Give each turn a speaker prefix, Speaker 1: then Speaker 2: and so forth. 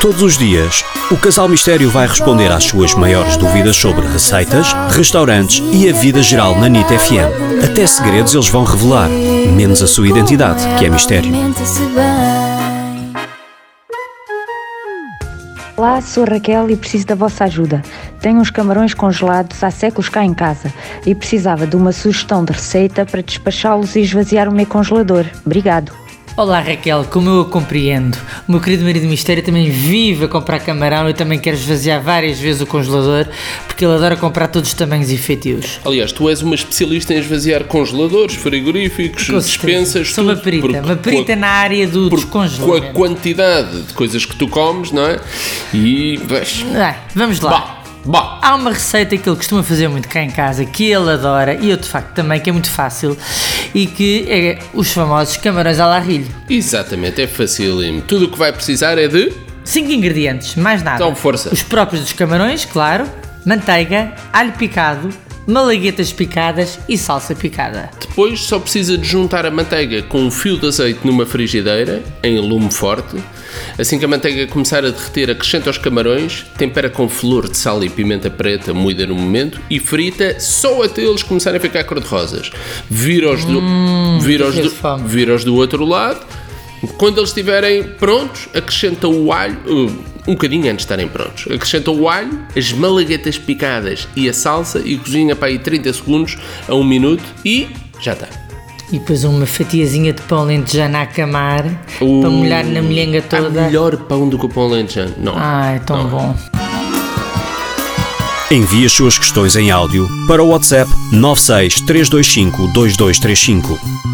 Speaker 1: Todos os dias, o Casal Mistério vai responder às suas maiores dúvidas sobre receitas, restaurantes e a vida geral na NIT FM. Até segredos eles vão revelar, menos a sua identidade, que é mistério.
Speaker 2: Olá, sou Raquel e preciso da vossa ajuda. Tenho uns camarões congelados há séculos cá em casa e precisava de uma sugestão de receita para despachá-los e esvaziar o meu congelador. Obrigado.
Speaker 3: Olá Raquel, como eu a compreendo, o meu querido marido mistério também vive a comprar camarão e também quer esvaziar várias vezes o congelador porque ele adora comprar todos os tamanhos e feitios.
Speaker 4: Aliás, tu és uma especialista em esvaziar congeladores, frigoríficos,
Speaker 3: Com certeza.
Speaker 4: dispensas,
Speaker 3: Sou
Speaker 4: tudo.
Speaker 3: uma perita,
Speaker 4: porque
Speaker 3: uma perita
Speaker 4: com a-
Speaker 3: na área do
Speaker 4: porque Com a
Speaker 3: descongelamento.
Speaker 4: quantidade de coisas que tu comes, não é? E. Vês.
Speaker 3: Ai, vamos lá.
Speaker 4: Bah, bah.
Speaker 3: Há uma receita que ele costuma fazer muito cá em casa, que ele adora, e eu de facto também, que é muito fácil, e que é os famosos camarões à larrilho.
Speaker 4: Exatamente, é facílimo. Tudo o que vai precisar é de.
Speaker 3: Cinco ingredientes, mais nada.
Speaker 4: Então, força.
Speaker 3: Os próprios dos camarões, claro, manteiga, alho picado, malaguetas picadas e salsa picada.
Speaker 4: Depois só precisa de juntar a manteiga com um fio de azeite numa frigideira, em lume forte. Assim que a manteiga começar a derreter, acrescenta os camarões, tempera com flor de sal e pimenta preta moída no momento e frita só até eles começarem a ficar cor-de-rosas. Vira-os do, vira-os
Speaker 3: fiquei
Speaker 4: do,
Speaker 3: fome.
Speaker 4: vira-os do outro lado. Quando eles estiverem prontos, acrescenta o alho, uh, um bocadinho antes de estarem prontos, acrescenta o alho, as malaguetas picadas e a salsa e cozinha para aí 30 segundos a 1 minuto e já está.
Speaker 3: E depois uma fatiazinha de pão lentejano a camar, para molhar na melhenga
Speaker 4: Há
Speaker 3: toda.
Speaker 4: Uh, é
Speaker 3: Ah,
Speaker 4: melhor pão do que o pão lentejano. Não.
Speaker 3: Ai, tão
Speaker 4: Não.
Speaker 3: bom.
Speaker 1: Envie as suas questões em áudio para o WhatsApp 963252235.